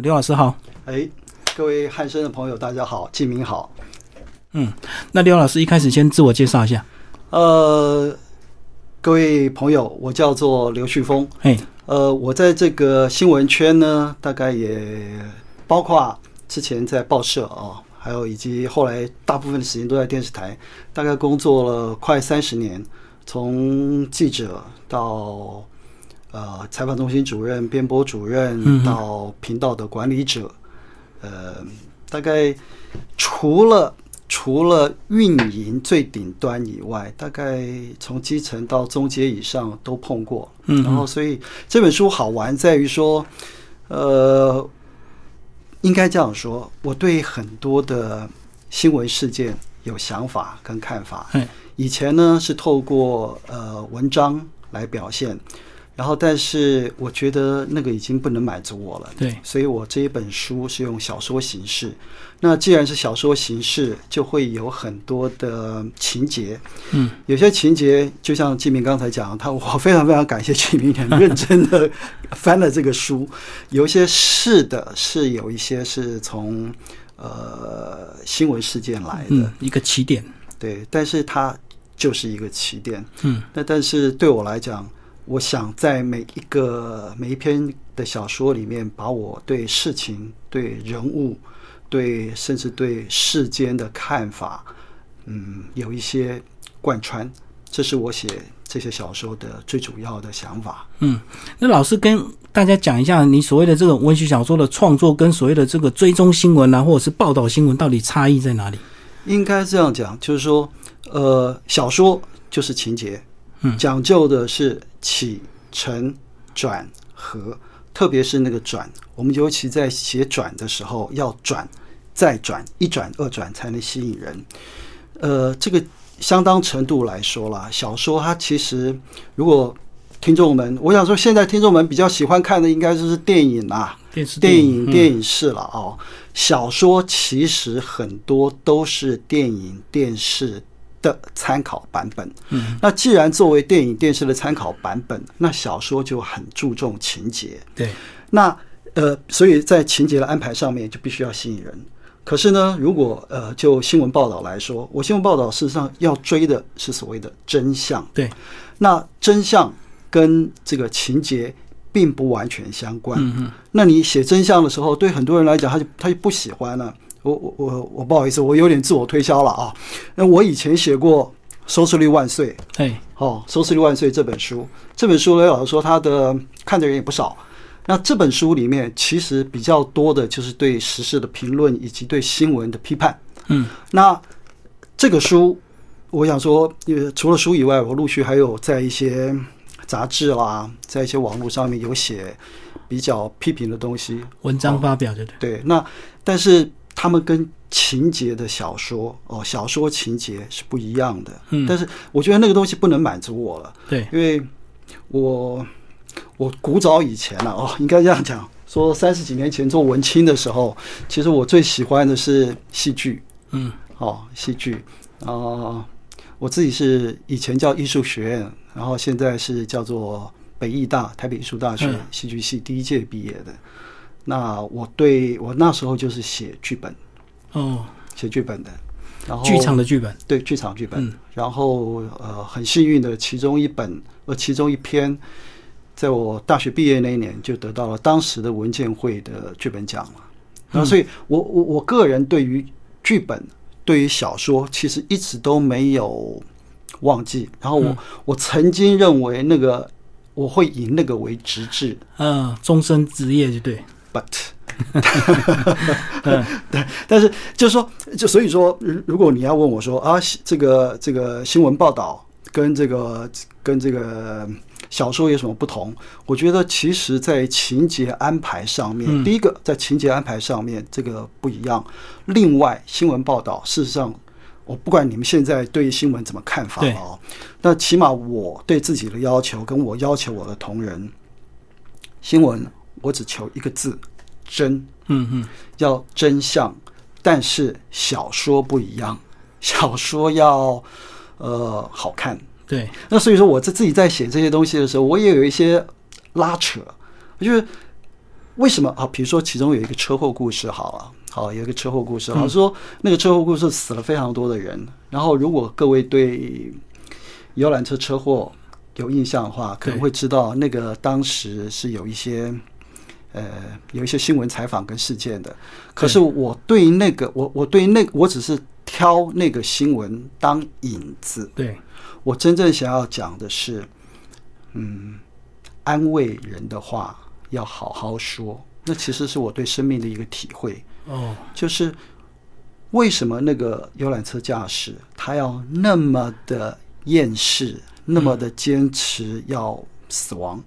刘老师好，哎，各位汉声的朋友，大家好，季明好。那刘老师一开始先自我介绍一下。呃，各位朋友，我叫做刘旭峰。嘿，呃，我在这个新闻圈呢，大概也包括之前在报社啊，还有以及后来大部分的时间都在电视台，大概工作了快三十年，从记者到呃采访中心主任、编播主任，到频道的管理者，呃，大概除了。除了运营最顶端以外，大概从基层到中阶以上都碰过。嗯然后所以这本书好玩在于说，呃，应该这样说，我对很多的新闻事件有想法跟看法。嘿，以前呢是透过呃文章来表现，然后但是我觉得那个已经不能满足我了。对，所以我这一本书是用小说形式。那既然是小说形式，就会有很多的情节。嗯，有些情节就像季明刚才讲，他我非常非常感谢季明很认真的翻了这个书。 有一些是的，是有一些是从呃新闻事件来的，嗯，一个起点，对，但是它就是一个起点。嗯，那但是对我来讲，我想在每一个每一篇的小说里面，把我对事情、对人物、对甚至对世间的看法，嗯，有一些贯穿。这是我写这些小说的最主要的想法。那老师跟大家讲一下，你所谓的这种文学小说的创作跟所谓的这个追踪新闻啊，或者是报道新闻，到底差异在哪里？应该这样讲，就是说，呃，小说就是情节，嗯讲究的是起承转合，特别是那个转，我们尤其在写转的时候要转，再转，一转二转才能吸引人。呃，这个相当程度来说啦，小说它其实如果听众们，我想说，现在听众们比较喜欢看的应该就是电影啦、电视电影嗯电影是了哦。小说其实很多都是电影电视的参考版本。嗯，那既然作为电影电视的参考版本，那小说就很注重情节。对，那呃，所以在情节的安排上面就必须要吸引人。可是呢，如果呃就新闻报道来说，我新闻报道事实上要追的是所谓的真相。对，那真相跟这个情节并不完全相关。嗯嗯，那你写真相的时候，对很多人来讲，他就他就不喜欢了。我我我我不好意思，我有点自我推销了啊。那我以前写过《收视率万岁》哎，哦，《收视率万岁》这本书，这本书呢，老实说，它的看的人也不少。那这本书里面，其实比较多的就是对时事的评论以及对新闻的批判。嗯，那这个书，我想说，呃，除了书以外，我陆续还有在一些杂志啦，在一些网络上面有写比较批评的东西。文章发表就对，对，那但是他们跟情节的小说哦，小说情节是不一样的。嗯但是我觉得那个东西不能满足我了，对，因为我我古早以前了、啊、哦，应该这样讲，说三十几年前做文青的时候，其实我最喜欢的是戏剧。嗯哦，戏剧啊、呃我自己是以前叫艺术学院，然后现在是叫做北艺大台北艺术大学嗯戏剧系第一届毕业的。那我对我那时候就是写剧本，哦，写剧本的，然后剧场的剧本，对剧场剧本，嗯然后呃很幸运的，其中一本呃其中一篇，在我大学毕业那一年就得到了当时的文建会的剧本奖了。然后，所以我我我个人对于剧本，对于小说，其实一直都没有忘记。然后我、我曾经认为那个我会以那个为直至嗯，终身职业就对， ，but 但是就是说，就所以说，如如果你要问我说啊，西这个这个新闻报道跟这个跟这个小说有什么不同？我觉得其实在情节安排上面，嗯第一个在情节安排上面这个不一样。另外，新闻报道事实上。我不管你们现在对新闻怎么看法对哦，那起码我对自己的要求，跟我要求我的同仁，新闻我只求一个字：真。嗯嗯，要真相，但是小说不一样，小说要呃好看。对，那所以说，我在自己在写这些东西的时候，我也有一些拉扯，就是为什么啊？比如说，其中有一个车祸故事，好了，好有一个车祸故事，好说那个车祸故事死了非常多的人。然后，如果各位对游览车车祸有印象的话，可能对会知道那个当时是有一些呃有一些新闻采访跟事件的。可是我对那个我我对那我只是挑那个新闻当引子，对，我真正想要讲的是，嗯，安慰人的话要好好说。那其实是我对生命的一个体会，哦，就是为什么那个游览车驾驶他要那么的厌世，那么的坚持要死亡，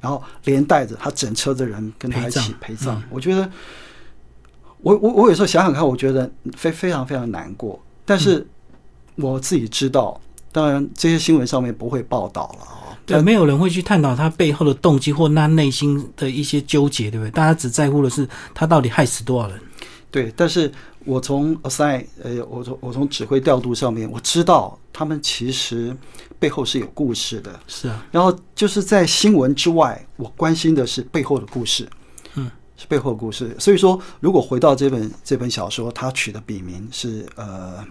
然后连带着他整车的人跟他一起陪陪葬葬。我觉得，我我我有时候想想看，我觉得非非常非常难过。但是我自己知道，当然这些新闻上面不会报道了哦。对，没有人会去探讨他背后的动机或他内心的一些纠结，对不对？大家只在乎的是他到底害死多少人。对，但是我从 assign 呃，我从我从指挥调度上面，我知道他们其实背后是有故事的。是啊，然后就是在新闻之外，我关心的是背后的故事，嗯，是背后的故事。所以说，如果回到这本这本小说，它取的笔名是呃，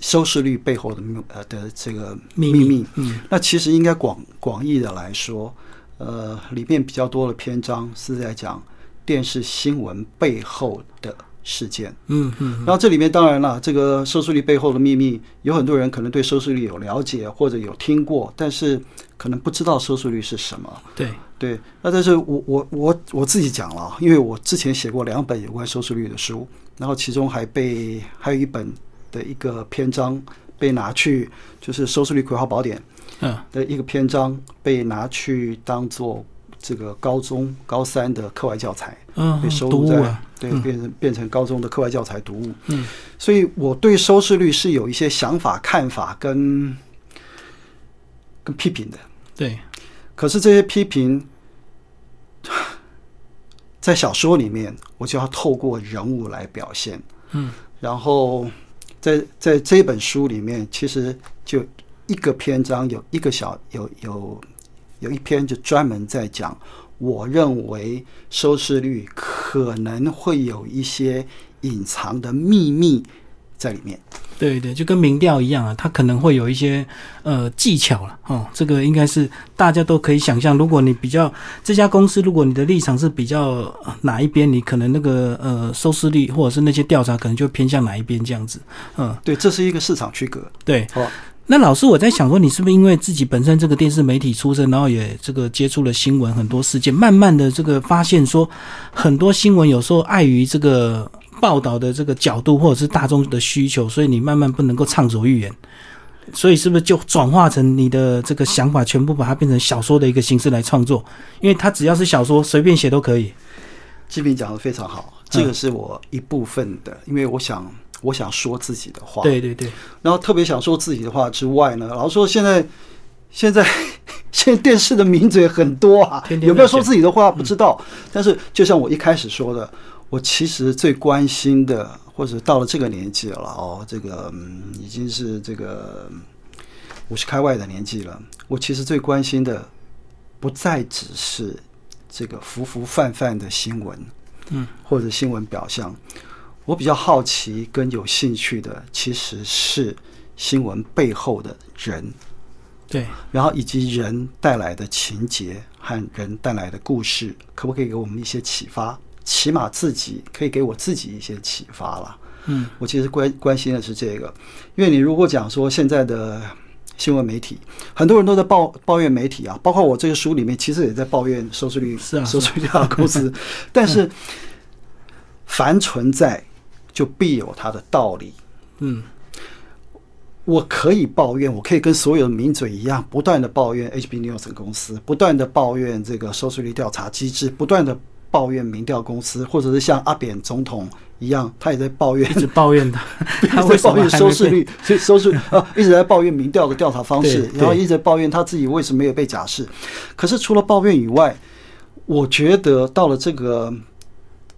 收视率背后的秘呃的这个秘密。嗯，那其实应该广广义的来说，呃，里面比较多的篇章是在讲电视新闻背后的事件。嗯嗯，然后这里面当然了，这个收视率背后的秘密，有很多人可能对收视率有了解或者有听过，但是可能不知道收视率是什么。对，对，那但是我我我我自己讲了啊，因为我之前写过两本有关收视率的书，然后其中还被还有一本的一个篇章被拿去，就是《收视率葵花宝典》嗯，的一个篇章被拿去当做这个高中高三的课外教材，嗯被，收毒录物在、啊，对，嗯变成变成高中的课外教材读物。嗯，所以我对收视率是有一些想法、看法跟跟批评的。对，可是这些批评 在小说里面，我就要透过人物来表现。嗯，然后在在这本书里面，其实就一个篇章有一个小有有有一篇就专门在讲，我认为收视率可能会有一些隐藏的秘密在里面。对对，就跟民调一样啊，它可能会有一些呃技巧了哦。这个应该是大家都可以想象，如果你比较这家公司，如果你的立场是比较呃哪一边，你可能那个呃收视率或者是那些调查可能就偏向哪一边这样子。嗯，对，这是一个市场区隔。对。哦，那老师，我在想说，你是不是因为自己本身这个电视媒体出身，然后也这个接触了新闻很多事件，慢慢的这个发现说，很多新闻有时候碍于这个报道的这个角度或者是大众的需求，所以你慢慢不能够畅所欲言，所以是不是就转化成你的这个想法，全部把它变成小说的一个形式来创作？因为它只要是小说，随便写都可以。志平讲的非常好，这个是我一部分的，因为我想我想说自己的话，对对对，然后特别想说自己的话之外呢，老实说现在现在 现在电视的名嘴很多啊，天天有没有在说讲嗯自己的话不知道，但是就像我一开始说的，我其实最关心的，或者到了这个年纪了哦，这个、嗯、已经是这个五十开外的年纪了，我其实最关心的不再只是这个浮浮泛泛的新闻，嗯，或者新闻表象。我比较好奇跟有兴趣的，其实是新闻背后的人，对，然后以及人带来的情节和人带来的故事，可不可以给我们一些启发？起码自己可以给我自己一些启发了。嗯，我其实关关心的是这个，因为你如果讲说现在的新闻媒体，很多人都在抱抱怨媒体啊，包括我这个书里面其实也在抱怨收视率，是啊收视率大 公司，但是凡存在就必有它的道理。嗯，我可以抱怨，我可以跟所有的名嘴一样，不断的抱怨 HB News 公司，不断的抱怨这个收视率调查机制，不断的抱怨民调公司，或者是像阿扁总统一样，他也在抱怨一直抱怨 他，他 一为什直在么抱还没怨收视被率，所以收视啊，一直在抱怨民调的调查方式对，对然后一直在抱怨他自己为什么没有被假释。可是除了抱怨以外，我觉得到了这个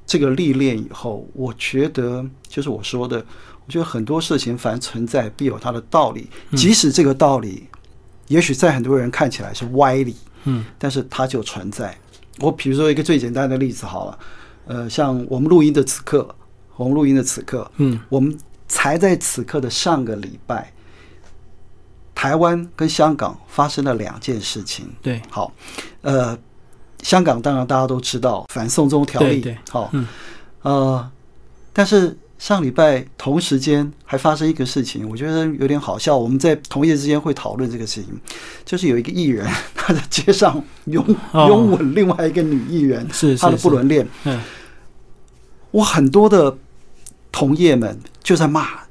这个历练以后，我觉得就是我说的，我觉得很多事情凡存在必有它的道理，嗯即使这个道理也许在很多人看起来是歪理，嗯，但是它就存在。我比如说一个最简单的例子好了，呃，像我们录音的此刻，我们录音的此刻，嗯，我们才在此刻的上个礼拜，台湾跟香港发生了两件事情。对，好，呃，香港当然大家都知道反送中条对例，对好，嗯呃，但是上礼拜同时间还发生一个事情，我觉得有点好笑。我们在同业之间会讨论这个事情，就是有一个艺人 他在街上拥哦拥吻另外一个女艺人，是他的是不是伦恋。嗯，我很多的同业们就在骂。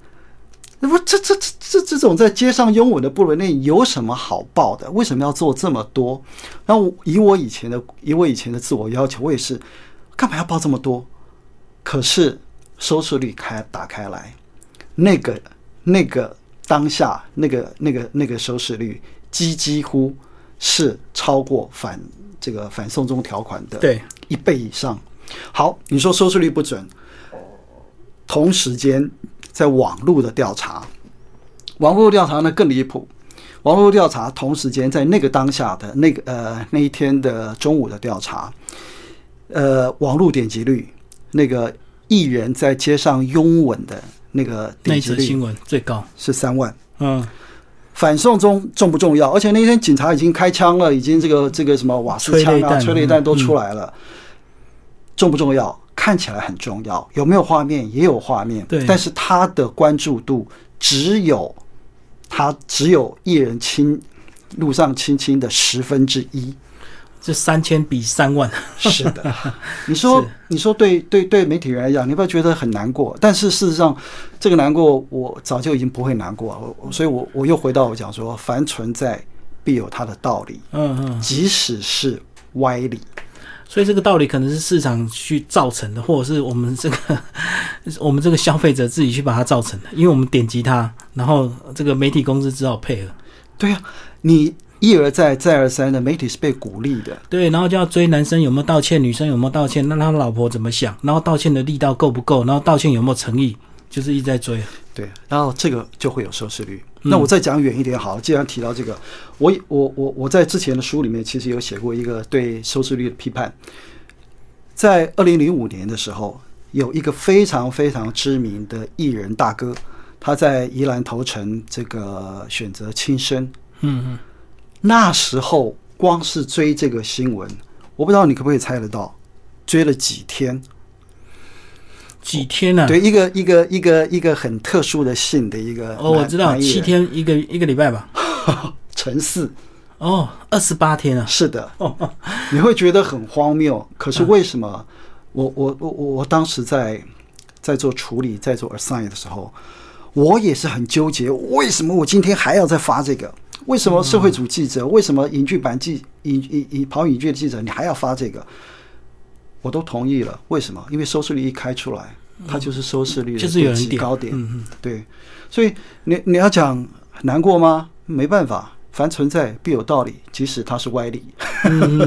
那不，这这这这这种在街上拥吻的不伦恋有什么好报的？为什么要做这么多？然后我以我以前的以我以前的自我要求，我也是，干嘛要报这么多？可是收视率开打开来，那个那个当下那个那个那个收视率，几几乎是超过反这个反送中条款的对，一倍以上。好，你说收视率不准，同时间在网络的调查，网络调查呢更离谱。网络调查同时间在那个当下的那个呃那一天的中午的调查，呃，网络点击率，那个艺人在街上拥吻的那个那点一击则率新闻最高，是三万。嗯，反送中重不重要？而且那天警察已经开枪了，已经这个这个什么瓦斯枪催泪啊、弹嗯催泪弹都出来了，重不重要？看起来很重要，有没有画面？也有画面，对但是他的关注度只有他只有一人亲路上亲亲的十分之一。这三千比三万，是 的，你说是你说对对对媒体人来讲，你不要觉得很难过，但是事实上，这个难过我早就已经不会难过了，我所以我我又回到我讲说，凡存在必有它的道理，嗯嗯，即使是歪理。所以这个道理可能是市场去造成的，或者是我们这个 我们这个消费者自己去把它造成的，因为我们点击它，然后这个媒体公司只好配合，对呀、你一而再再而三的媒体是被鼓励的，对，然后就要追男生有没有道歉，女生有没有道歉，那他老婆怎么想，然后道歉的力道够不够，然后道歉有没有诚意，就是一直在追，对，然后这个就会有收视率。嗯那我再讲远一点好了，既然提到这个，我我我我在之前的书里面其实有写过一个对收视率的批判。在二零零五年的时候，有一个非常非常知名的艺人大哥，他在宜兰头城这个选择轻生。嗯嗯，那时候光是追这个新闻，我不知道你可不可以猜得到，追了几天？几天呢、啊？对，一个一个一个一个很特殊的姓的一个哦，我男知道，男艺人七天一个一个礼拜吧，陈四，哦，二十八天 啊，是的，哦，哦你会觉得很荒谬。嗯可是为什么我我我我我当时在在做处理、在做 assign 的时候，我也是很纠结，为什么我今天还要再发这个？为什么嗯社会主记者？为什么影剧版记影影影跑影剧的记者，你还要发这个？我都同意了，为什么？因为收视率一开出来，它就是收视率嗯的就是有人最点高点。嗯嗯，对，所以你你要讲难过吗？没办法，凡存在必有道理，即使它是歪理。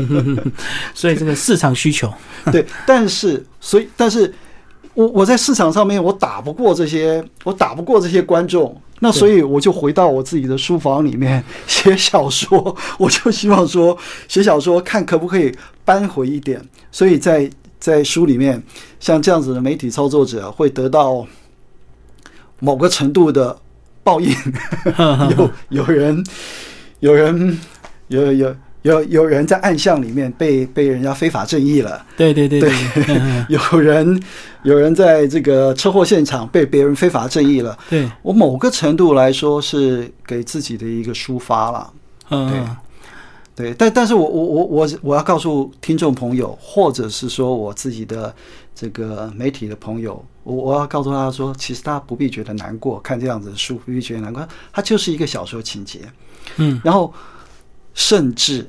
所以这个市场需求，对，但是所以，但是我我在市场上面我打不过这些，我打不过这些观众，那所以我就回到我自己的书房里面写小说，我就希望说写小说看可不可以扳回一点，所以在在书里面像这样子的媒体操作者会得到某个程度的报应。有有人，有人，有有有有人在暗巷里面被被人家非法正义了，对对对对，对嗯嗯 有人有人在这个车祸现场被别人非法正义了。对，我某个程度来说是给自己的一个抒发了，嗯对嗯，对，但但是我我我我我要告诉听众朋友，或者是说我自己的这个媒体的朋友，我我要告诉他说，其实他不必觉得难过，看这样子的书不必觉得难过，它就是一个小说情节。嗯，然后甚至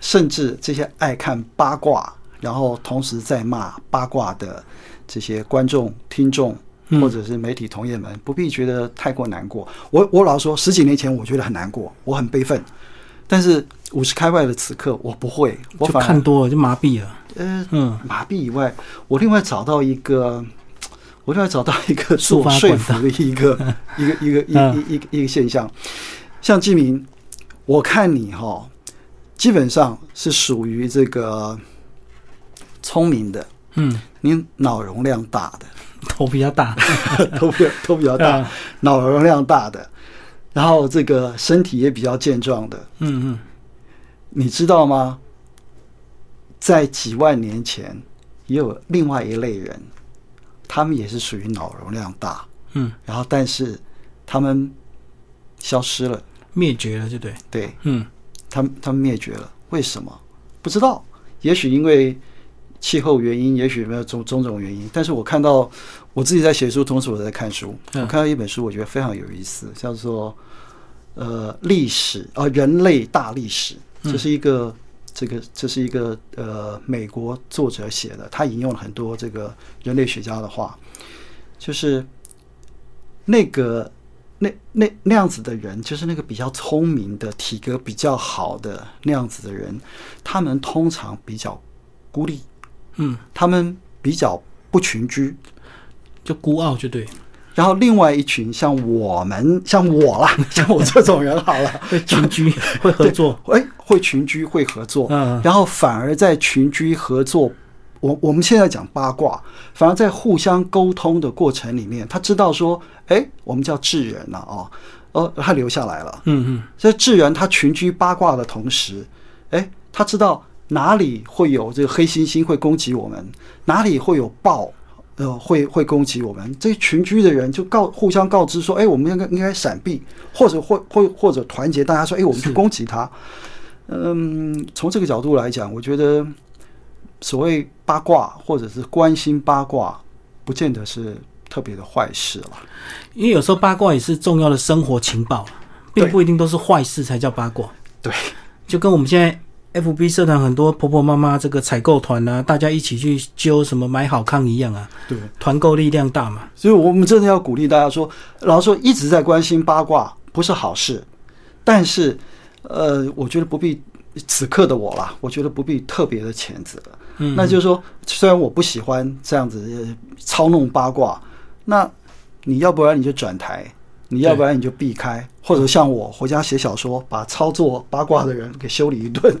甚至这些爱看八卦，然后同时在骂八卦的这些观众、听众。嗯或者是媒体同业们，不必觉得太过难过。我我老实说，十几年前我觉得很难过，我很悲愤，但是五十开外的此刻，我不会，我就反看而多了就麻痹了，呃嗯，麻痹以外，我另外找到一个，我另外找到一个自我抒发说管服的一个 一个一个一个嗯一个一个现象。像志明，我看你哈，基本上是属于这个聪明的，嗯，你脑容量大头比较大，的， 都比较都比较大啊，脑容量大的，然后这个身体也比较健壮的，嗯嗯，你知道吗？在几万年前，也有另外一类人，他们也是属于脑容量大，嗯，然后但是他们消失了，灭绝了，就对，对嗯他们他们灭绝了，为什么？不知道，也许因为气候原因，也许没有种种种原因。但是我看到我自己在写书，同时我在看书，嗯我看到一本书，我觉得非常有意思，叫做呃历史啊、呃人类大历史，这是一个。这个这是一个呃美国作者写的，他引用了很多这个人类学家的话，就是那个那那那样子的人，就是那个比较聪明的、体格比较好的那样子的人，他们通常比较孤立，嗯，他们比较不群居。就孤傲，就对，然后另外一群像我们，像我啦， 像我这种人好了， 会群居，会合作，哎，会群居，会合作，嗯然后反而在群居合作，我我们现在讲八卦，反而在互相沟通的过程里面，他知道说，哎，我们叫智人了啊、哦，哦，他留下来了。嗯嗯，这智人他群居八卦的同时，哎，他知道哪里会有这个黑猩猩会攻击我们，哪里会有豹，呃，会会攻击我们。这群居的人就告互相告知说，哎，我们应该应该闪避，或者或或或者团结，大家说，哎，我们去攻击他。嗯，从这个角度来讲，我觉得所谓八卦或者是关心八卦，不见得是特别的坏事了。因为有时候八卦也是重要的生活情报，并不一定都是坏事才叫八卦。对，就跟我们现在 FB 社团很多婆婆妈妈这个采购团啊，大家一起去揪什么买好康一样啊，对。团购力量大嘛。所以我们真的要鼓励大家说，老实说一直在关心八卦不是好事，但是，呃，我觉得不必此刻的我啦，我觉得不必特别的谴责。嗯，那就是说，虽然我不喜欢这样子呃操弄八卦，那你要不然你就转台，你要不然你就避开，或者像我回家写小说，把操作八卦的人给修理一顿。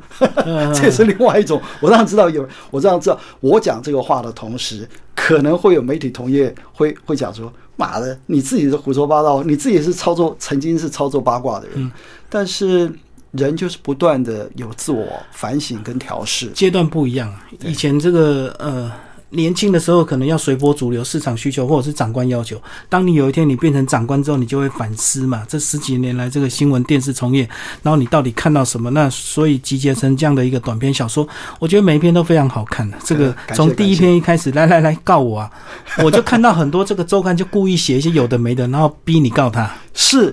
嗯 这也是另外一种。我当然知道有，我当然知道，我讲这个话的同时，可能会有媒体同业会会讲说：“妈的，你自己是胡说八道，你自己是操作，曾经是操作八卦的人。嗯但是人就是不断的有自我反省跟 调试。阶段不一样啊。以前这个呃年轻的时候可能要随波逐流，市场需求或者是长官要求。当你有一天你变成长官之后，你就会反思嘛。这十几年来这个新闻电视从业，然后你到底看到什么？那所以集结成这样的一个短篇小说，我觉得每一篇都非常好看的、这个感谢从第一感谢篇一开始，来来来告我啊！我就看到很多这个周刊就故意写一些有的没的，然后逼你告他。是，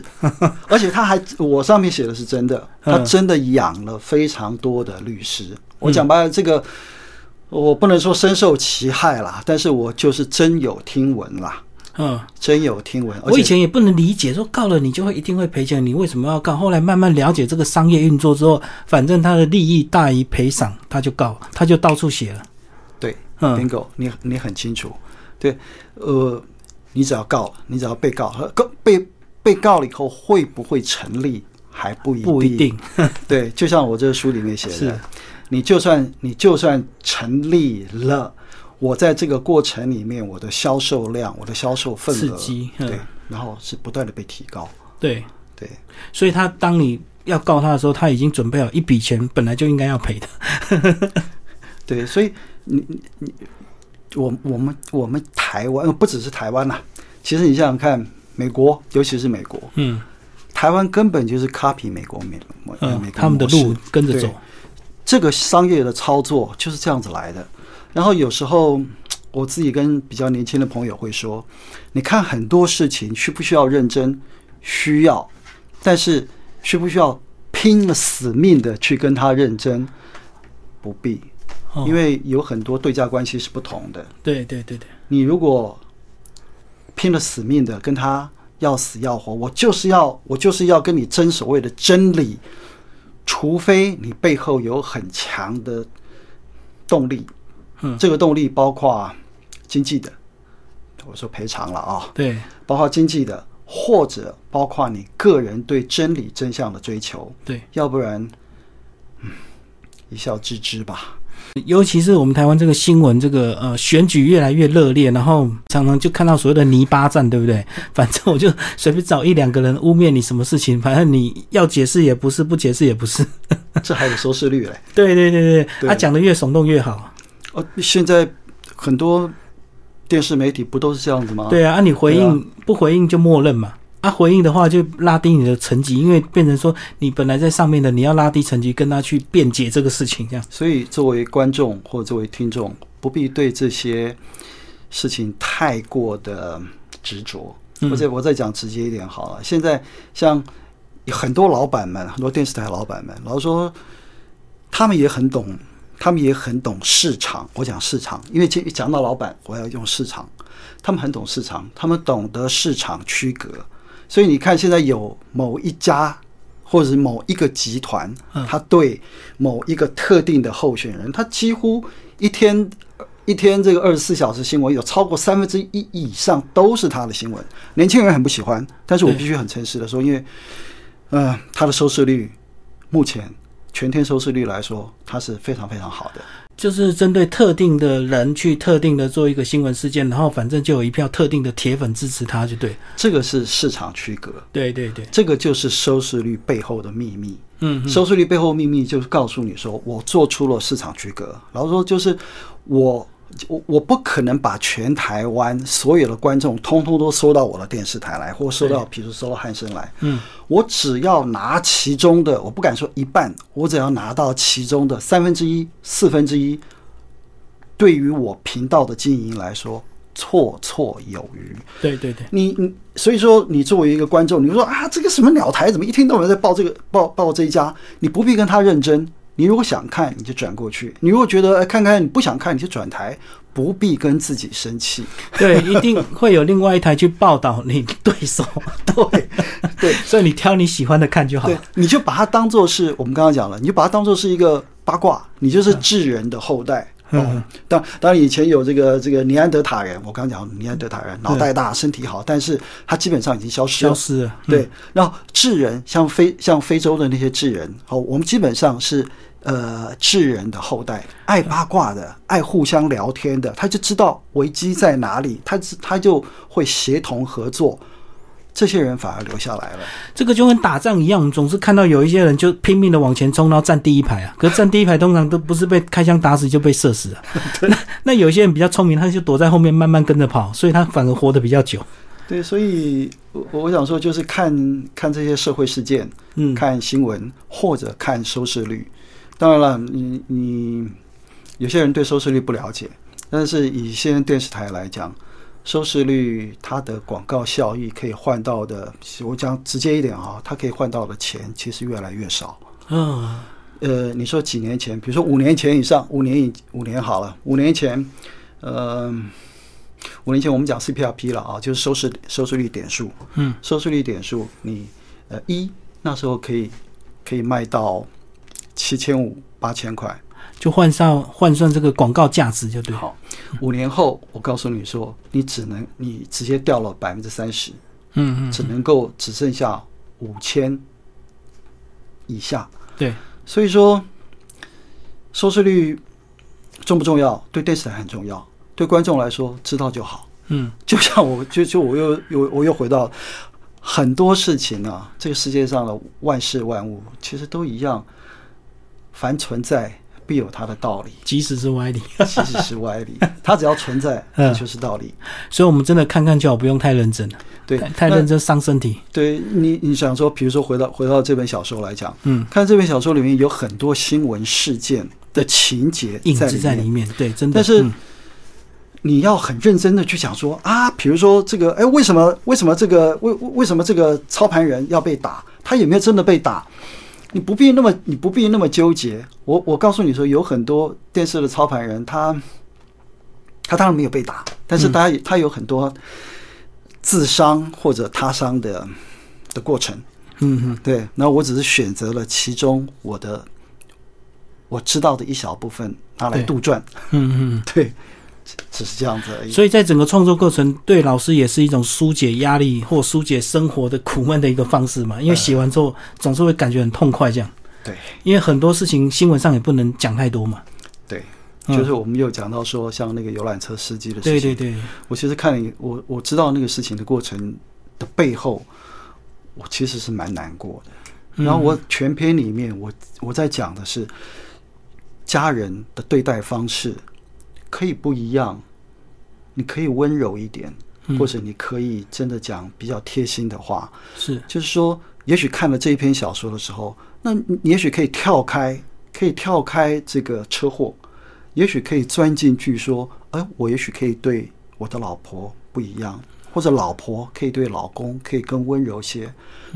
而且他还，我上面写的是真的，他嗯真的养了非常多的律师。我讲白了，这个我不能说深受其害啦，但是我就是真有听闻啦，嗯，真有听闻。而我以且。前也不能理解，说告了你就会一定会赔钱，你为什么要告？后来慢慢了解这个商业运作之后，反正他的利益大于赔偿，他就告，他就到处写了。对嗯， ，bingo，你你很清楚，对，呃，你只要告了，你只要被告，呃告被被告了以后会不会成立还不一定，不一定。对，就像我这个书里面写是的，你就算你就算成立了，我在这个过程里面，我的销售量，我的销售份刺额，激嗯对，然后是不断的被提高，对，对，所以他当你要告他的时候，他已经准备好一笔钱，本来就应该要赔的。对，所以你你你，我我们我们台湾呃不只是台湾啦、其实你想想看，美国尤其是美国，嗯台湾根本就是 copy 美国美美呃美嗯国，他们的模式路跟着对走。这个商业的操作就是这样子来的。然后有时候我自己跟比较年轻的朋友会说，你看很多事情需不需要认真？需要，但是需不需要拼了死命的去跟他认真？不必，哦因为有很多对价关系是不同的。对对对对，你如果拼了死命的跟他要死要活，我就是要我就是要跟你争所谓的真理，除非你背后有很强的动力，嗯，这个动力包括经济的，我说赔偿了啊，对，包括经济的，或者包括你个人对真理真相的追求，对，要不然，嗯，一笑置之吧。尤其是我们台湾这个新闻，这个呃选举越来越热烈，然后常常就看到所谓的泥巴战，对不对？ 反正我就随便找一两个人污蔑你什么事情，反正你要解释也不是，不解释也不是。 这还有收视率嘞。对对对对，对他讲的越耸动越好。哦，现在很多电视媒体不都是这样子吗？，对啊，啊你回对应、啊不回应就默认嘛。啊，回应的话就拉低你的层级，因为变成说你本来在上面的，你要拉低层级跟他去辩解这个事情，这样。所以作为观众或作为听众，不必对这些事情太过的执着。嗯我再我再讲直接一点好了，现在像很多老板们，很多电视台老板们，老实说，他们也很懂，他们也很懂市场。我讲市场，因为这一讲到老板，我要用市场，他们很懂市场，他们懂得市场区隔。所以你看，现在有某一家或者是某一个集团，嗯他对某一个特定的候选人，他几乎一天一天这个二十四小时新闻有超过三分之一以上都是他的新闻。年轻人很不喜欢，但是我对必须很诚实的说，因为呃，他的收视率目前全天收视率来说，它是非常非常好的。就是针对特定的人去特定的做一个新闻事件，然后反正就有一票特定的铁粉支持他，就对。这个是市场区隔，对对对，这个就是收视率背后的秘密。嗯，收视率背后的秘密就是告诉你说，我做出了市场区隔。然后说就是我我我不可能把全台湾所有的观众通通都收到我的电视台来，或收到，比如收到汉声来。嗯，我只要拿其中的，我不敢说一半，我只要拿到其中的三分之一、四分之一，对于我频道的经营来说，绰绰有余。对对对，你你所以说，你作为一个观众，你说啊，这个什么鸟台怎么一天到晚在报这个报报这一家？你不必跟他认真。你如果想看，你就转过去；你如果觉得、呃看看你不想看，你就转台，不必跟自己生气。对，一定会有另外一台去报道你对手，对，对，所以你挑你喜欢的看就好对。，你就把它当做是我们刚刚讲了，你就把它当做是一个八卦，你就是智人的后代。哦，当当然以前有这个这个尼安德塔人，我刚刚讲尼安德塔人脑袋大身体好，但是他基本上已经消失消了。失了，嗯对，然后智人像非像非洲的那些智人，好、我们基本上是呃智人的后代，爱八卦的，爱互相聊天的，他就知道危机在哪里，他知他就会协同合作，这些人反而留下来了。这个就跟打仗一样，我们总是看到有一些人就拼命的往前冲，然后站第一排啊。可是站第一排通常都不是被开枪打死，就被射 死啊。那那有些人比较聪明，他就躲在后面慢慢跟着跑，所以他反而活得比较久。对，所以我我想说，就是看看这些社会事件，嗯，看新闻或者看收视率。当然了，你你有些人对收视率不了解，但是以现在电视台来讲，收视率它的广告效益可以换到的，我讲直接一点啊，它可以换到的钱其实越来越少。嗯，呃，你说几年前，比如说五年前以上，五年以五年好了，五年前，呃，五年前我们讲 CPRP 了啊，就是收视收视率点数，嗯，收视率点数，你呃一那时候可以可以卖到七千五八千块，就换算换算这个广告价值就对。好，五年后我告诉你说，你只能你直接掉了百分之三十，嗯嗯，只能够只剩下五千以下，对，所以说，收视率重不重要？对电视台很重要，对观众来说知道就好。嗯就像我，就就我又又我又回到很多事情啊，这个世界上的万事万物其实都一样，凡存在必有它的道理，即使是歪理，其实是歪 理。它只要存在，嗯这就是道理。所以我们真的看看就好，不用太认真了。对太，太那认真伤身体。对你，你想说，比如说回到回到这本小说来讲，嗯，看这本小说里面有很多新闻事件的情节影在子在里面里。面，对，真的。但是嗯你要很认真的去想说啊，比如说这个，哎，为什么为什么这个为为为什么这个操盘人要被打？他有没有真的被打？你不必那么你不必那么纠结。我我告诉你说，有很多电视的操盘人，他他当然没有被打，但嗯是他、他有很多自伤或者他伤的的过程。嗯嗯，对，那我只是选择了其中我的我知道的一小部分拿来对杜撰，嗯 对，只只是这样子而嗯，已。所以在整个创作过程，对老师也是一种疏解压力或疏解生活的苦闷的一个方式嘛。因为写完之后，总是会感觉很痛快，这样。对因为很多事情新闻上也不能讲太多嘛。对，嗯就是我们有讲到说，像那个游览车司机的事情，对对对，我其实看了我我知道那个事情的过程的背后，我其实是蛮难过的。嗯然后我全篇里面，我我在讲的是家人的对待方式可以不一样，你可以温柔一点，嗯或者你可以真的讲比较贴心的话。是就是说，也许看了这一篇小说的时候，那你也许可以跳开，可以跳开这个车祸，也许可以钻进去说，哎，我也许可以对我的老婆不一样，或者老婆可以对老公可以更温柔些。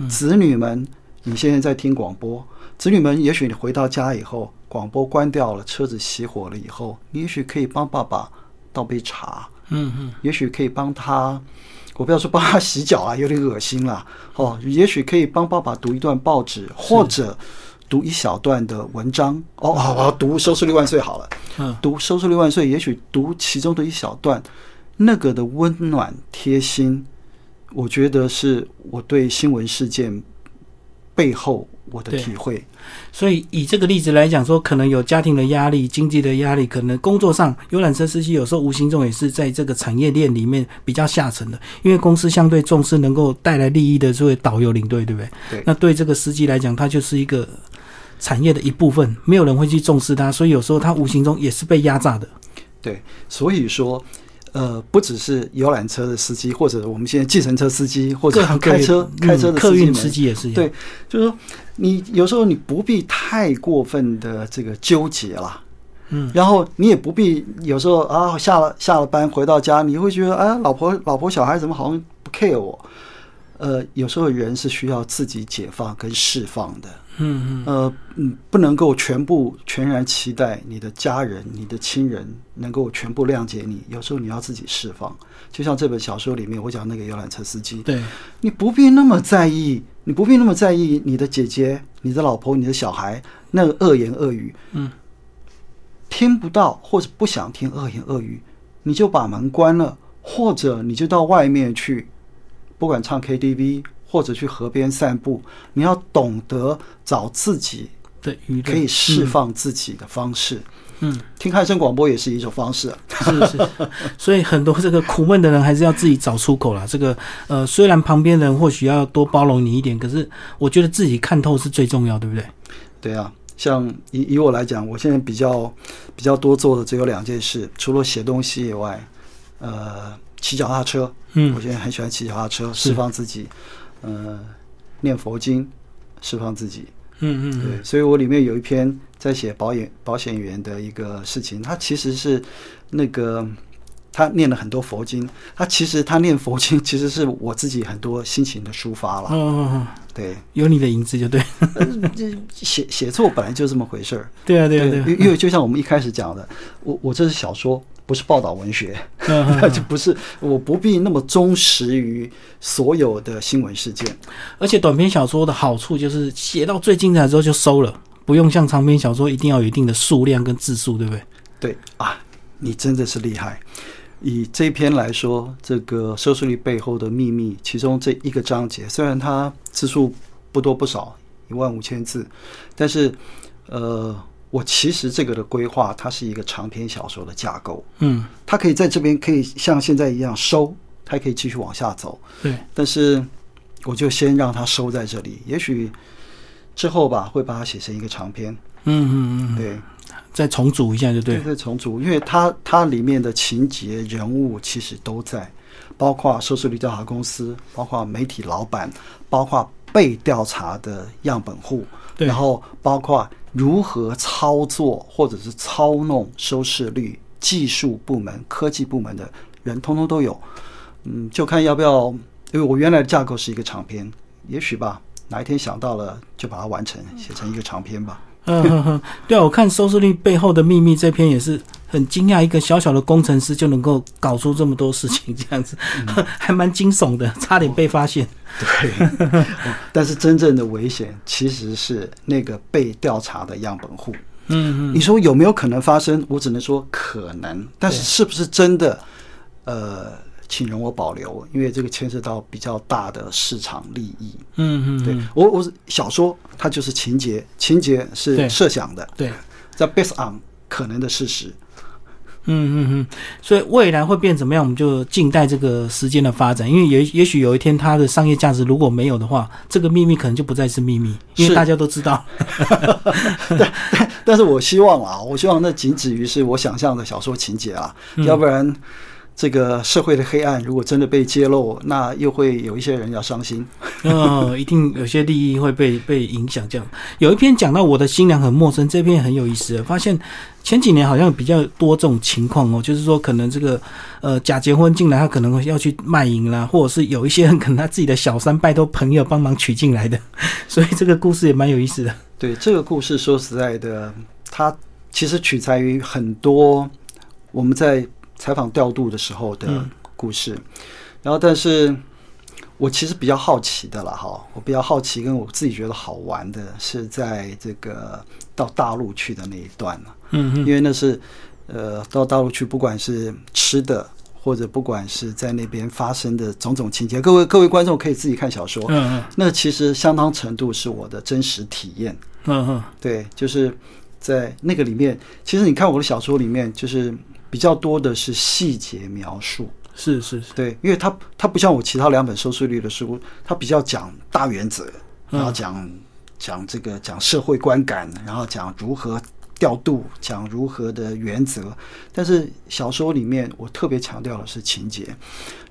子女们，你现在在听广播，子女们，也许你回到家以后，广播关掉了，车子熄火了以后，你也许可以帮爸爸倒杯茶，嗯嗯也许可以帮他，我不要说帮他洗脚啊，有点恶心啦。哦，也许可以帮爸爸读一段报纸，或者读一小段的文章。哦，好，我要读《收视率万岁》好了，嗯读《收视率万岁》，也许读其中的一小段，那个的温暖贴心，我觉得是我对新闻事件背后我的对体会。所以以这个例子来讲说，可能有家庭的压力、经济的压力，可能工作上游览车司机有时候无形中也是在这个产业链里面比较下沉的，因为公司相对重视能够带来利益的这位导游领队，对不对？对那对这个司机来讲，他就是一个产业的一部分，没有人会去重视他，所以有时候他无形中也是被压榨的。对，所以说，呃，不只是游览车的司机，或者我们现在计程车司机，或者各行各开业车、嗯开车的客司机运们，司机也是一样。对就是说，你有时候你不必太过分的这个纠结啦。嗯，然后你也不必有时候啊，下了下了班回到家，你会觉得哎，老婆老婆小孩怎么好像不 care 我？呃，有时候人是需要自己解放跟释放的。嗯嗯，呃，嗯，不能够全部全然期待你的家人、你的亲人能够全部谅解你。有时候你要自己释放，就像这本小说里面我讲那个游览车司机，嗯对，你不必那么在意，你不必那么在意你的姐姐、你的老婆、你的小孩那个恶言恶语，嗯听不到或者不想听恶言恶语，你就把门关了，或者你就到外面去，不管唱 KTV 或者去河边散步，你要懂得找自己对，娱乐可以释，放自己的方式。嗯嗯听汉声广播也是一种方式啊。是是，所以很多这个苦闷的人还是要自己找出口啦。这个呃，虽然旁边人或许要多包容你一点，可是我觉得自己看透是最重要，对不对？对啊，像以以我来讲，我现在比较比较多做的只有两件事，除了写东西以外，呃，骑脚踏车，我嗯现在很喜欢骑脚踏车，是释放自己，呃，念佛经，释放自己。嗯嗯对，嗯，所以我里面有一篇在写保险保险员的一个事情，他其实是那个他念了很多佛经，他其实他念佛经其实是我自己很多心情的抒发哦了。哦，哦 对，有你的影子就对，呃这写写作本来就这么回事儿。对啊对啊对啊，因为因为就像我们一开始讲的，我我这是小说，不是报道文学，嗯嗯嗯 就不是我不必那么忠实于所有的新闻事件。而且短篇小说的好处就是写到最精彩之后就收了，不用像长篇小说一定要有一定的数量跟字数，对不对？对啊，你真的是厉害。以这篇来说，这个收视率背后的秘密，其中这一个章节，虽然它字数不多不少，一万五千字，但是，呃，我其实这个的规划，它是一个长篇小说的架构，嗯，它可以在这边可以像现在一样收，它可以继续往下走，对，但是我就先让它收在这里，也许之后吧，会把它写成一个长篇，嗯嗯嗯，对。再重组一下就对对，了，在重组，因为它它里面的情节人物其实都在，包括收视率调查公司，包括媒体老板，包括被调查的样本户，对然后包括如何操作或者是操弄收视率，技术部门、科技部门的人，通通都有。嗯，就看要不要，因为我原来的架构是一个长篇，也许吧，哪一天想到了就把它完成，写成一个长篇吧。嗯哼哼，对啊，我看《收视率背后的秘密》这篇也是很惊讶，一个小小的工程师就能够搞出这么多事情，这样子 还蛮惊悚的，差点被发现。对， 但是真正的危险其实是那个被调查的样本户。嗯你说有没有可能发生？我只能说可能，但是对是不是真的？呃，请容我保留，因为这个牵涉到比较大的市场利益。嗯对我，我小说它就是情节，情节对是设想的，对在 based on 可能的事实。嗯嗯嗯，所以未来会变怎么样，我们就静待这个时间的发展。因为也也许有一天它的商业价值如果没有的话，这个秘密可能就不再是秘密，因为是大家都知道。 但是我希望啊，我希望那仅止于是我想象的小说情节啊，要不然这个社会的黑暗如果真的被揭露，那又会有一些人要伤心。嗯，一定有些利益会被被影响。这样，有一篇讲到我的新娘很陌生，这篇很有意思。发现前几年好像比较多这种情况哦，就是说可能这个呃假结婚进来，他可能会要去卖淫啦，或者是有一些人可能他自己的小三拜托朋友帮忙娶进来的，所以这个故事也蛮有意思的。对这个故事，说实在的，它其实取材于很多我们在采访调度的时候的嗯故事。然后，但是我其实比较好奇的了哈，我比较好奇跟我自己觉得好玩的是在这个到大陆去的那一段呢、嗯嗯因为那是呃到大陆去，不管是吃的。或者不管是在那边发生的种种情节，各位各位观众可以自己看小说，嗯那其实相当程度是我的真实体验。嗯嗯对，就是在那个里面，其实你看我的小说里面，就是比较多的是细节描述。是是是，对，因为它它不像我其他两本收视率的书，它比较讲大原则，然后讲、讲这个讲社会观感，然后讲如何调度，讲如何的原则。但是小说里面我特别强调的是情节，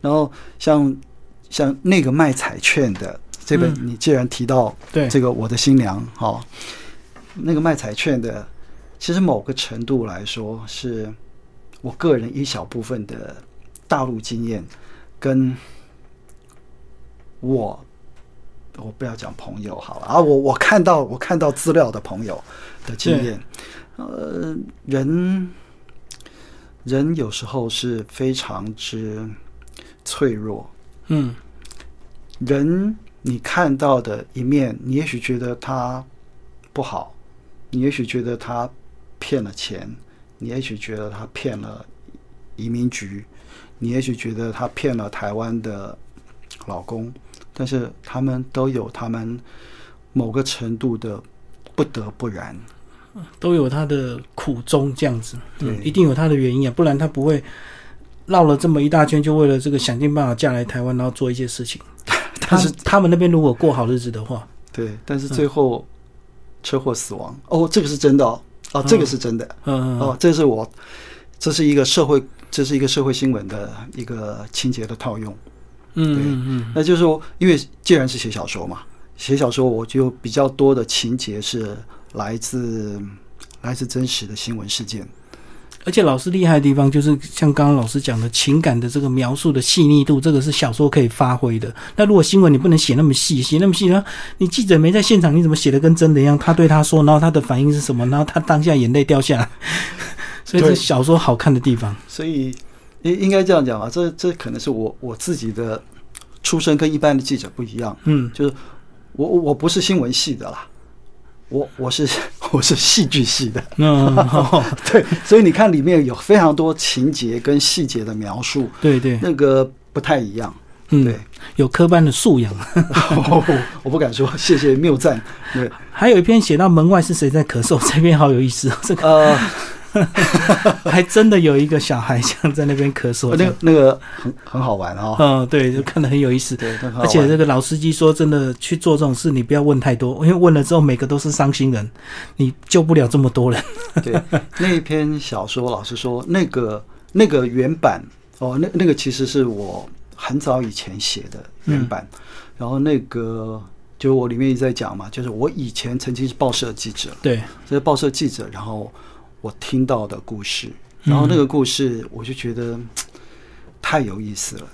然后像像那个卖彩券的这本，你既然提到对，这个我的新娘，哈、那个卖彩券的，其实某个程度来说，是我个人一小部分的大陆经验，跟我我不要讲朋友好了啊，我我看到我看到资料的朋友的经验，呃，人人有时候是非常之脆弱，嗯人你看到的一面，你也许觉得他不好，你也许觉得他骗了钱，你也许觉得他骗了移民局，你也许觉得他骗了台湾的老公，但是他们都有他们某个程度的不得不然。都有他的苦衷这样子，嗯，对一定有他的原因啊，不然他不会绕了这么一大圈，就为了这个想尽办法嫁来台湾，然后做一些事情。但是他他们那嗯边如果过好日子的话，对，但是最后车祸死亡，哦，这个是真的哦，哦，这个是真的。嗯、哦，这是我，这是一个社会，这是一个社会新闻的一个情节的套用。嗯嗯嗯那就是说，因为既然是写小说嘛，写小说我就比较多的情节是来自来自真实的新闻事件。而且老师厉害的地方就是像刚刚老师讲的情感的这个描述的细腻度，这个是小说可以发挥的。那如果新闻你不能写那么细，写那么细，然后你记者没在现场，你怎么写的跟真的一样？他对他说，然后他的反应是什么？然后他当下眼泪掉下来，所以这对是小说好看的地方。所以应应该这样讲啊，这这可能是我我自己的出身跟一般的记者不一样，嗯，就是我我我不是新闻系的啦，我我是 我是戏剧系的。那 对，所以你看里面有非常多情节跟细节的描述，对对，那个不太一样。嗯对，， 有科班的素养。啊我我不敢说，谢谢谬赞。 对，还有一篇写到门外是谁在咳嗽， 这篇好有意思哦。 这个呃，还真的有一个小孩像在那边咳嗽哦那这样。个那个很很好玩啊、哦，嗯，对，就看得很有意思。对，很好而玩。且这个老司机说，真的去做这种事，你不要问太多，因为问了之后每个都是伤心人，你救不了这么多人。 对那一篇小说，老实说，那个那个原版哦，那那个其实是我很早以前写的嗯原版，然后那个就是我里面一直在讲嘛，就是我以前曾经是报社记者，对，这是报社记者，然后我听到的故事，然后那个故事我就觉得嘖太有意思了。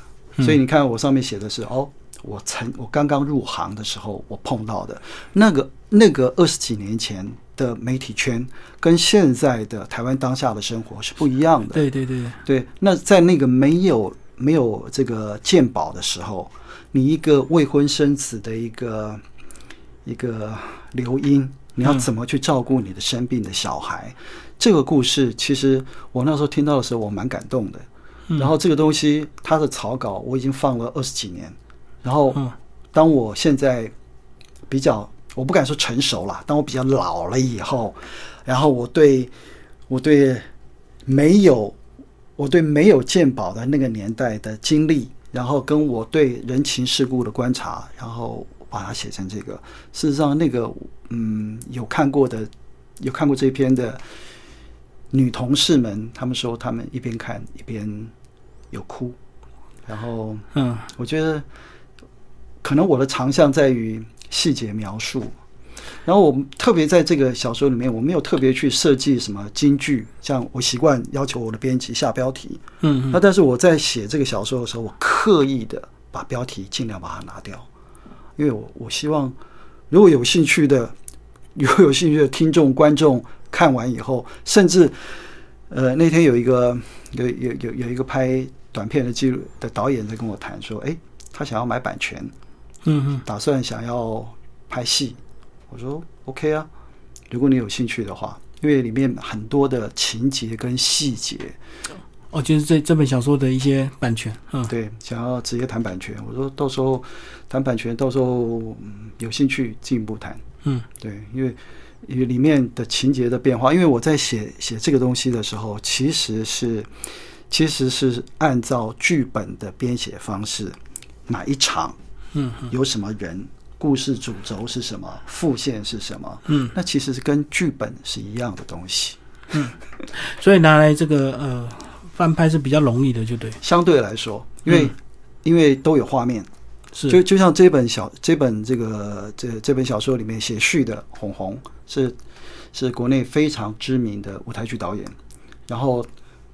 所以你看，我上面写的是哦，我曾我刚刚入行的时候，我碰到的那个那个二十几年前的媒体圈，跟现在的台湾当下的生活是不一样的。对对对，对，那在那个没有没有这个鉴宝的时候，你一个未婚生子的一个一个留婴，你要怎么去照顾你的生病的小孩？这个故事其实我那时候听到的时候，我蛮感动的。然后这个东西它的草稿我已经放了二十几年，然后嗯当我现在比较，我不敢说成熟啦，当我比较老了以后，然后我对我对没有我对没有鉴宝的那个年代的经历，然后跟我对人情世故的观察，然后把它写成这个。事实上，那个嗯，有看过的，有看过这篇的女同事们，她们说她们一边看一边有哭，然后嗯，我觉得可能我的长项在于细节描述。然后我们特别在这个小说里面，我没有特别去设计什么金句，像我习惯要求我的编辑下标题。嗯，那但是我在写这个小说的时候，我刻意的把标题尽量把它拿掉，因为我我希望如果有兴趣的，如果有兴趣的听众观众看完以后，甚至呃那天有一个有有有有一个拍短片的记录的导演在跟我谈说，哎，他想要买版权，嗯嗯打算想要拍戏，我说 OK 啊，如果你有兴趣的话，因为里面很多的情节跟细节。哦，就是这这本小说的一些版权，嗯，对，想要直接谈版权，我说到时候谈版权，到时候、嗯、有兴趣进一步谈。嗯，对，因为因为里面的情节的变化，因为我在写写这个东西的时候，其实是其实是按照剧本的编写方式，哪一场，嗯，有什么人，故事主轴是什么，副线是什么，嗯，那其实是跟剧本是一样的东西。所以拿来这个呃翻拍是比较容易的，就对，相对来说，因为、嗯因为都有画面。是，就就像这本小这本这个这这本小说里面写序的红红是是国内非常知名的舞台剧导演，然后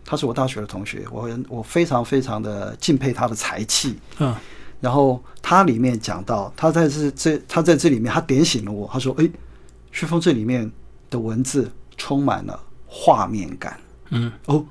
他是我大学的同学，我我非常非常的敬佩他的才气。嗯然后他里面讲到，他在这这他在这里面他点醒了我，他说：“哎，旭峰这里面的文字充满了画面感。”嗯哦，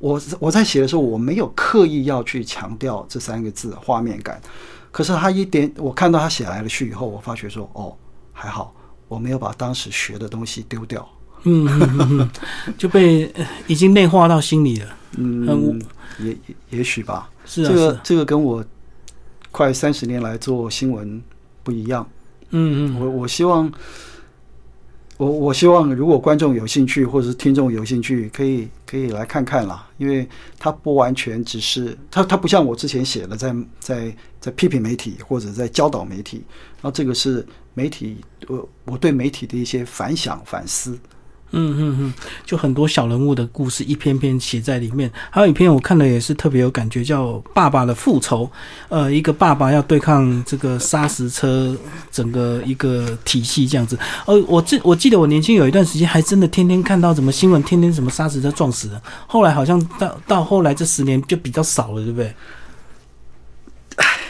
我我在写的时候，我没有刻意要去强调这三个字画面感，可是他一点，我看到他写来了序以后，我发觉说，哦，还好我没有把当时学的东西丢掉。嗯嗯嗯 嗯，就被呃已经内化到心里了，嗯，也也也许吧。呃是啊，这是个啊，这个跟我快三十年来做新闻不一样。嗯嗯我我希望，我我希望，如果观众有兴趣，或者是听众有兴趣，可以可以来看看啦，因为它不完全只是它它不像我之前写的在在在批评媒体或者在教导媒体，然后这个是媒体我我对媒体的一些反想反思，嗯嗯嗯，就很多小人物的故事一篇篇写在里面。还有一篇我看了也是特别有感觉，叫《爸爸的复仇》。呃，一个爸爸要对抗这个砂石车整个呃一个体系这样子。呃，我记我记得我年轻有一段时间还真的天天看到什么新闻，天天什么砂石车撞死人。后来好像到到后来这十年就比较少了，对不对？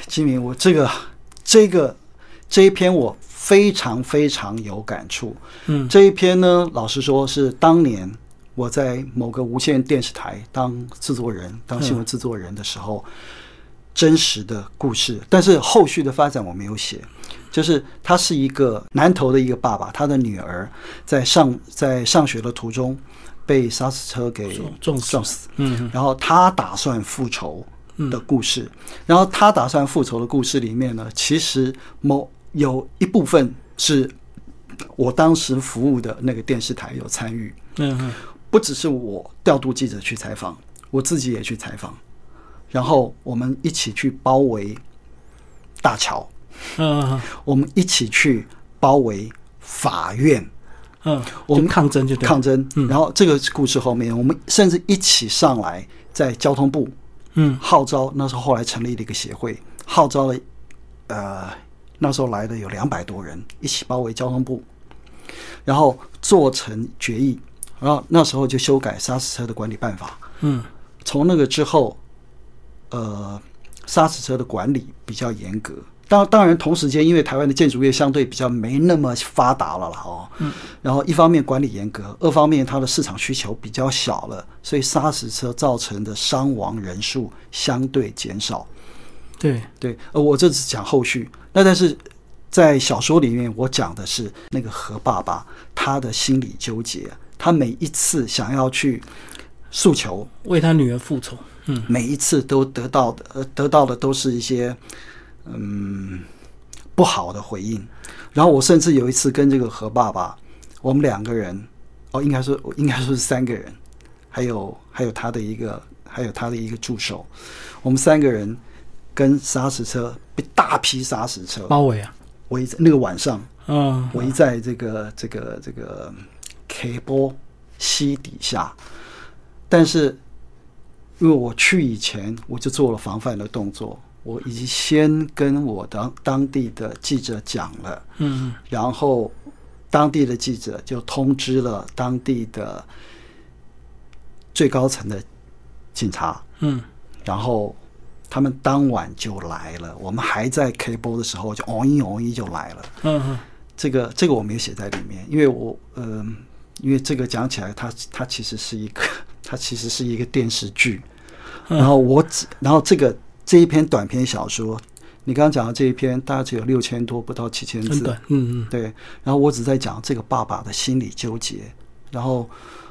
金明，我这个这个这一篇我非常非常有感触。嗯这一篇呢，老实说是当年我在某个无线电视台当制作人、当新闻制作人的时候，真实的故事。但是后续的发展我没有写。就是他是一个南投的一个爸爸，他的女儿在上在上学的途中被砂石车给撞撞死撞死，嗯然后他打算复仇的故事，然后他打算复仇的故事里面呢，其实某有一部分是我当时服务的那个电视台有参与，嗯嗯不只是我调度记者去采访，我自己也去采访，然后我们一起去包围大桥，嗯我们一起去包围法院。嗯，我就们抗争就对了。嗯抗争，然后这个故事后面，我们甚至一起上来，在交通部嗯号召，那时候后来成立了一个协会，号召了，呃，那时候来的有两百多人，一起包围交通部，然后做成决议，然后那时候就修改砂石车的管理办法。嗯从那个之后，呃，砂石车的管理比较严格。当当然，同时间因为台湾的建筑业相对比较没那么发达了啦哦，嗯，然后一方面管理严格，二方面它的市场需求比较小了，所以砂石车造成的伤亡人数相对减少。对，对，呃，我这只讲后续。那但是在小说里面，我讲的是那个何爸爸他的心理纠结，他每一次想要去诉求，为他女儿复仇。嗯每一次都得到的呃得到的都是一些嗯不好的回应。然后我甚至有一次跟这个何爸爸，我们两个人哦，应该说应该说是三个人，还有还有他的一个还还有他的一个助手，我们三个人跟砂石车被大批砂石车包围啊，围在那个晚上嗯，围在这个这个这个 K 波溪底下，但是因为我去以前我就做了防范的动作，我已经先跟我当当地的记者讲了，嗯，然后当地的记者就通知了当地的最高层的警察，嗯，然后他们当晚就来了。我们还在 K 波的时候，就哦一哦一就来了。嗯嗯，这个这个我没有写在里面，因为我嗯、因为这个讲起来它，它其实是一个它其实是一个电视剧，嗯然后我只然后这个这一篇短篇小说，你刚刚讲的这一篇大概只有六千多，不到七千很字，短，嗯嗯，对，然后我只在讲这个爸爸的心理纠结，然后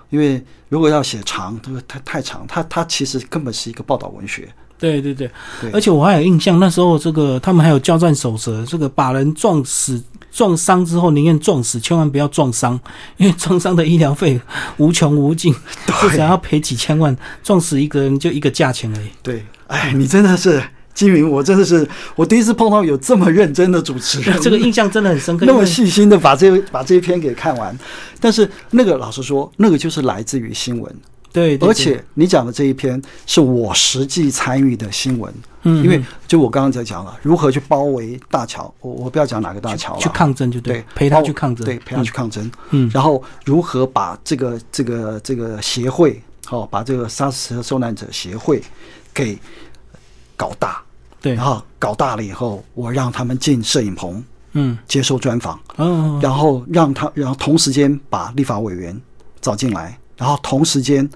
因为如果要写长，这个太太长，它它其实根本是一个报道文学，对对对，对而且我还有印象，那时候这个他们还有交战守则，这个把人撞死、撞伤之后，宁愿撞死，千万不要撞伤，因为撞伤的医疗费无穷无 尽，至少要赔几千万，撞死一个人就一个价钱而已。对，哎，你真的是金明，我真的是我第一次碰到有这么认真的主持 人，这个印象真的很深刻，那因么为细心的把这把这一篇给看完，但是那个老实说，那个就是来自于新闻，对，对对而且你讲的这一篇是我实际参与的新闻，嗯，因为就我刚刚在讲了如何去包围大桥，我我不要讲哪个大桥了，去抗争就对，陪包他围去抗争，对，陪他去抗争，嗯，然后如何把这个这个这个协会，好、把这个杀死受难者协会给搞大，对，然后搞大了以后，我让他们进摄影棚嗯，接受专访。哦，然后让他，然后同时间把立法委员找进来，然后同时间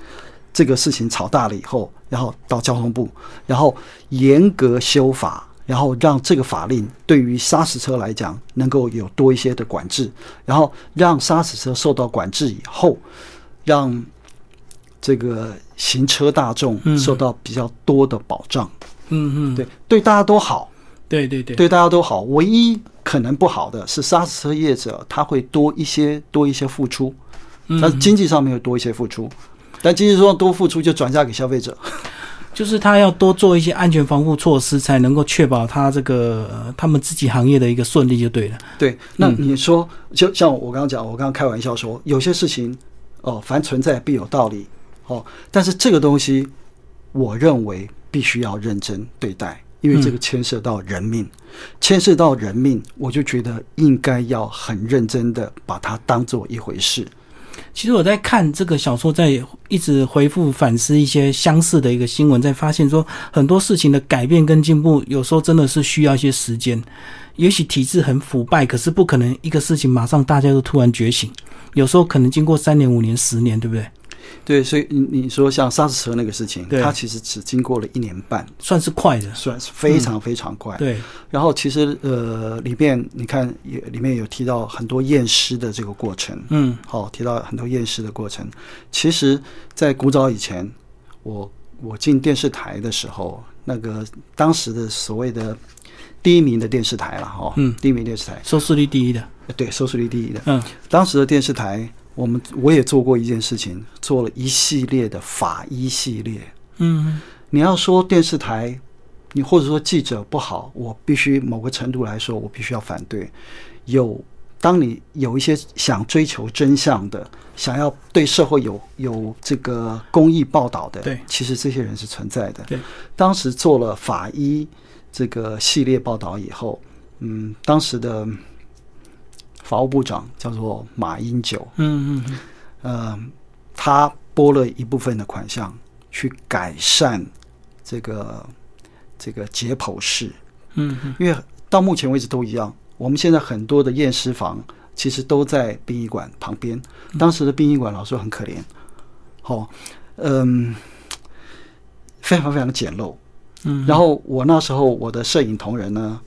这个事情吵大了以后，然后到交通部，然后严格修法，然后让这个法令对于砂石车来讲能够有多一些的管制，然后让砂石车受到管制以后，让这个行车大众嗯受到比较多的保障，嗯嗯，对，对大家都好。对对对，对大家都好。唯一可能不好的是砂石车业者，他会多一些多一些付出，他经济上面会多一些付出，但经济上多付出就转嫁给消费者。 就是他要多做一些安全防护措施，才能够确保他这个、呃他们自己行业的一个顺利就对了。对，那你说，就像我刚刚讲，我刚刚开玩笑说，有些事情哦，凡存在必有道理哦，但是这个东西，我认为必须要认真对待。因为这个牵涉到人命，牵涉到人命，我就觉得应该要很认真的把它当做一回事。其实我在看这个小说，在一直回复反思一些相似的一个新闻，在发现说很多事情的改变跟进步，有时候真的是需要一些时间。也许体制很腐败，可是不可能一个事情马上大家都突然觉醒，有时候可能经过三年、五年、十年，对不对？对，所以你你说像砂石车那个事情，对它其实只经过了一年半，算是快的，算是非常非常快。对，然后其实呃，里面你看也里面有提到很多验尸的这个过程，嗯好、提到很多验尸的过程。其实，在古早以前，我我进电视台的时候，那个当时的所谓的第一名的电视台了哈，嗯，第一名电视台，收视率第一的，呃对，收视率第一的。嗯当时的电视台，我们我也做过一件事情，做了一系列的法医系列。嗯你要说电视台，你或者说记者不好，我必须某个程度来说，我必须要反对。有，当你有一些想追求真相的，想要对社会有有这个公益报道的，对其实这些人是存在的。对，当时做了法医这个系列报道以后，嗯，当时的法务部长叫做马英九，嗯嗯呃，他拨了一部分的款项去改善这个这个解剖室，嗯嗯，因为到目前为止都一样。我们现在很多的验尸房其实都在殡仪馆旁边，当时的殡仪馆老师很可怜，哦，嗯，非常非常的简陋。嗯然后我那时候我的摄影同仁呢，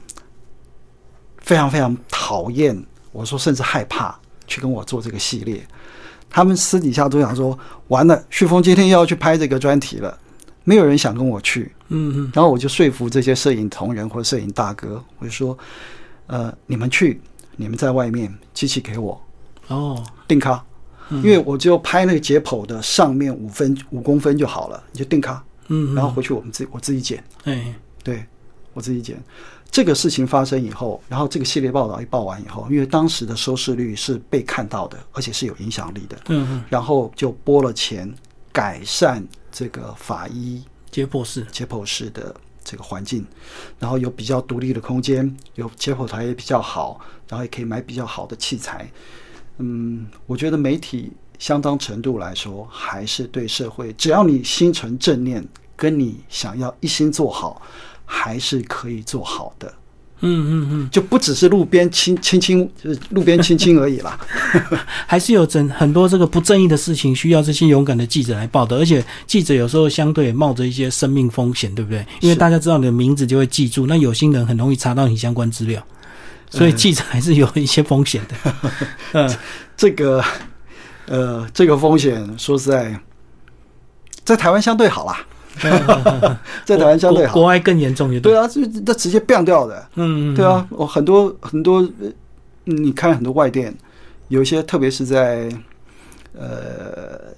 非常非常讨厌，我说甚至害怕去跟我做这个系列。他们私底下都想说，完了，旭峰今天又要去拍这个专题了，没有人想跟我去。嗯嗯，然后我就说服这些摄影同仁或摄影大哥，我就说，呃，你们去，你们在外面，机器给我哦，定咖，因为我就拍那个解剖的上面五分五公分就好了，你就定咖。嗯，然后回去我们自己我自己剪，哎，对我自己剪。这个事情发生以后，然后这个系列报道一报完以后，因为当时的收视率是被看到的，而且是有影响力的，嗯嗯，然后就拨了钱改善这个法医解剖室，解剖室的这个环境，然后有比较独立的空间，有解剖台也比较好，然后也可以买比较好的器材。嗯，我觉得媒体相当程度来说，还是对社会，只要你心存正念，跟你想要一心做好，还是可以做好的。嗯嗯嗯，就不只是路边亲亲亲，就是路边亲亲而已啦。 还是有整很多这个不正义的事情需要这些勇敢的记者来报道，而且记者有时候相对也冒着一些生命风险，对不对？因为是大家知道你的名字就会记住，那有心人很容易查到你相关资料，嗯所以记者还是有一些风险的。 嗯，这个，呃，这个风险，说实在，在台湾相对好啦， 在台湾相对国好。国外更严重，也对啊，就是这直接变掉的。嗯，嗯对，啊，我很多很多，呃你看很多外电，有一些特别是在呃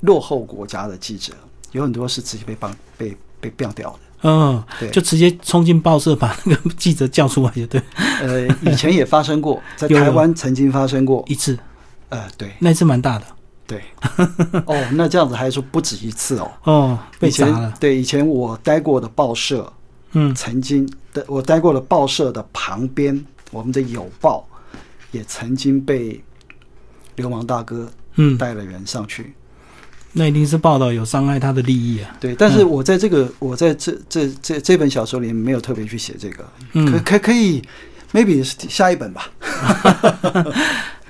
落后国家的记者，有很多是直接被帮被被变掉的。嗯，对就直接冲进报社把那个记者叫出来，就对，呃，以前也发生过，在有台湾曾经发生过。一次，呃，对那一次蛮大的对，哦，那这样子还说不止一次哦。哦， 被以砸前了，对以前我待过的报社，嗯，曾经的我待过的报社的旁边，我们的友报也曾经被流氓大哥嗯，带了人上去。那一定是报道有伤害他的利益啊，对，但是我在这个我在这这这这本小说里面没有特别去写这个，可嗯，可可以，maybe 是下一本吧。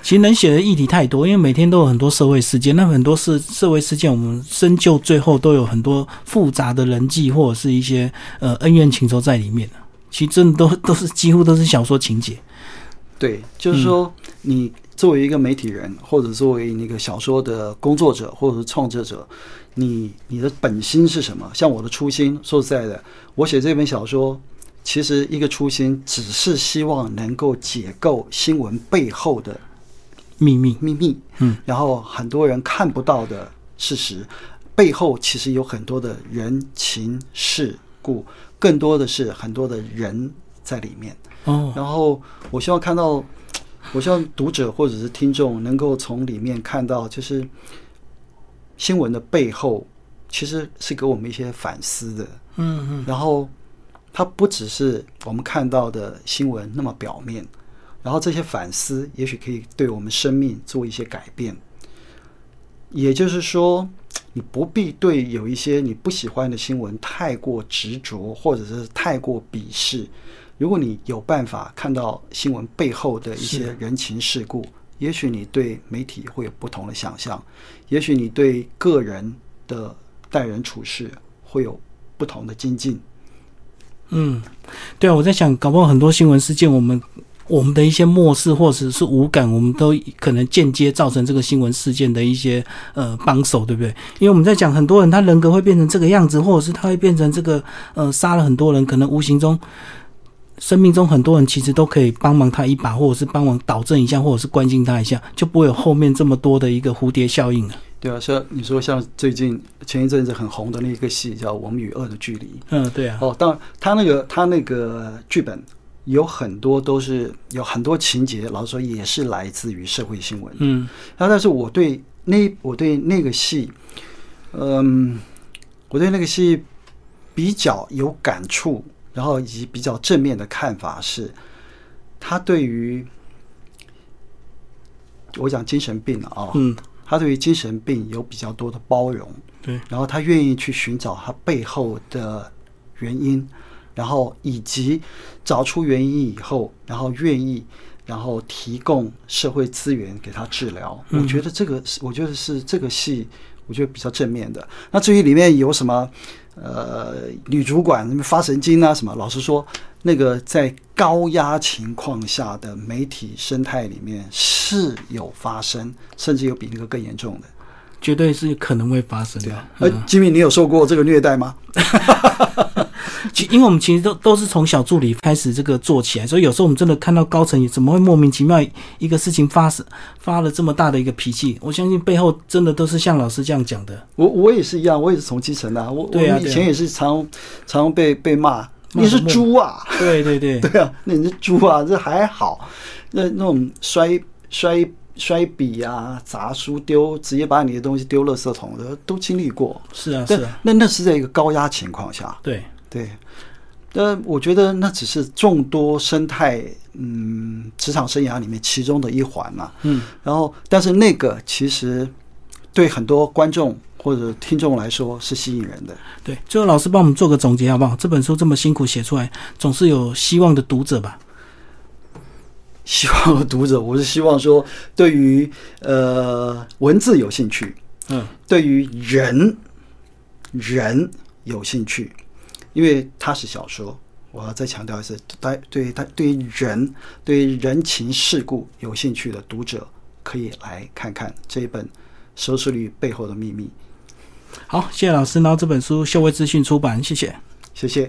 其实能写的议题太多，因为每天都有很多社会事件，那很多事社会事件，我们深究最后都有很多复杂的人际或者是一些呃恩怨情仇在里面啊其实真的都都是几乎都是小说情节，对，就是说你作为一个媒体人，或者作为那个小说的工作者，或者是创作者，你你的本心是什么？像我的初心，说实在的，我写这本小说，其实一个初心只是希望能够解构新闻背后的秘密，秘密，嗯，然后很多人看不到的事实，背后其实有很多的人情世故，更多的是很多的人在里面。哦，然后我希望看到，我希望读者或者是听众能够从里面看到，就是新闻的背后其实是给我们一些反思的。嗯嗯，然后它不只是我们看到的新闻那么表面，然后这些反思也许可以对我们生命做一些改变。也就是说，你不必对有一些你不喜欢的新闻太过执着，或者是太过鄙视。如果你有办法看到新闻背后的一些人情世故，也许你对媒体会有不同的想象，也许你对个人的待人处事会有不同的精进。嗯，对啊，我在想，搞不好很多新闻事件，我们我们的一些漠视或者是无感，我们都可能间接造成这个新闻事件的一些呃帮手，对不对？因为我们在讲很多人他人格会变成这个样子，或者是他会变成这个呃杀了很多人，可能无形中。生命中很多人其实都可以帮忙他一把，或者是帮忙导正一下，或者是关心他一下，就不会有后面这么多的一个蝴蝶效应了。对啊，像你说，像最近前一阵子很红的那个戏叫《我们与恶的距离》嗯，对啊，哦，当然他那个他那个剧本有很多都是有很多情节，老实说也是来自于社会新闻。嗯那但是我对那我对那个戏，嗯，我对那个戏比较有感触，然后以及比较正面的看法是，他对于我讲精神病了啊、嗯，他对于精神病有比较多的包容，对，然后他愿意去寻找他背后的原因，然后以及找出原因以后，然后愿意，然后提供社会资源给他治疗。嗯我觉得这个是，我觉得是这个戏，我觉得比较正面的。那至于里面有什么，呃，女主管发神经啊什么，老实说，那个在高压情况下的媒体生态里面是有发生，甚至有比那个更严重的。绝对是可能会发生的。呃，嗯吉米，你有受过这个虐待吗？其因为我们其实都都是从小助理开始这个做起来，所以有时候我们真的看到高层也怎么会莫名其妙一个事情发生发了这么大的一个脾气，我相信背后真的都是像老师这样讲的。我我也是一样，我也是从基层的啊，我我对啊以对啊前也是常常被被骂，骂你是什么猪啊，对对对， 对啊，那你是猪啊，这还好。那那种摔摔摔笔啊、砸书丢，直接把你的东西丢垃圾桶的都经历过。是啊是但啊，那那是在一个高压情况下，对对。但我觉得那只是众多生态，嗯，职场生涯里面其中的一环啊嘛、嗯然后，但是那个其实对很多观众或者听众来说是吸引人的。 对。最后老师帮我们做个总结好不好？这本书这么辛苦写出来，总是有希望的读者吧？希望读者，我是希望说，对于呃文字有兴趣，嗯，对于人人有兴趣，因为它是小说。我要再强调一次，对对他对于人对于人情世故有兴趣的读者，可以来看看这一本《收视率背后的秘密》。好，谢谢老师。然后这本书秀威资讯出版，谢谢。谢谢。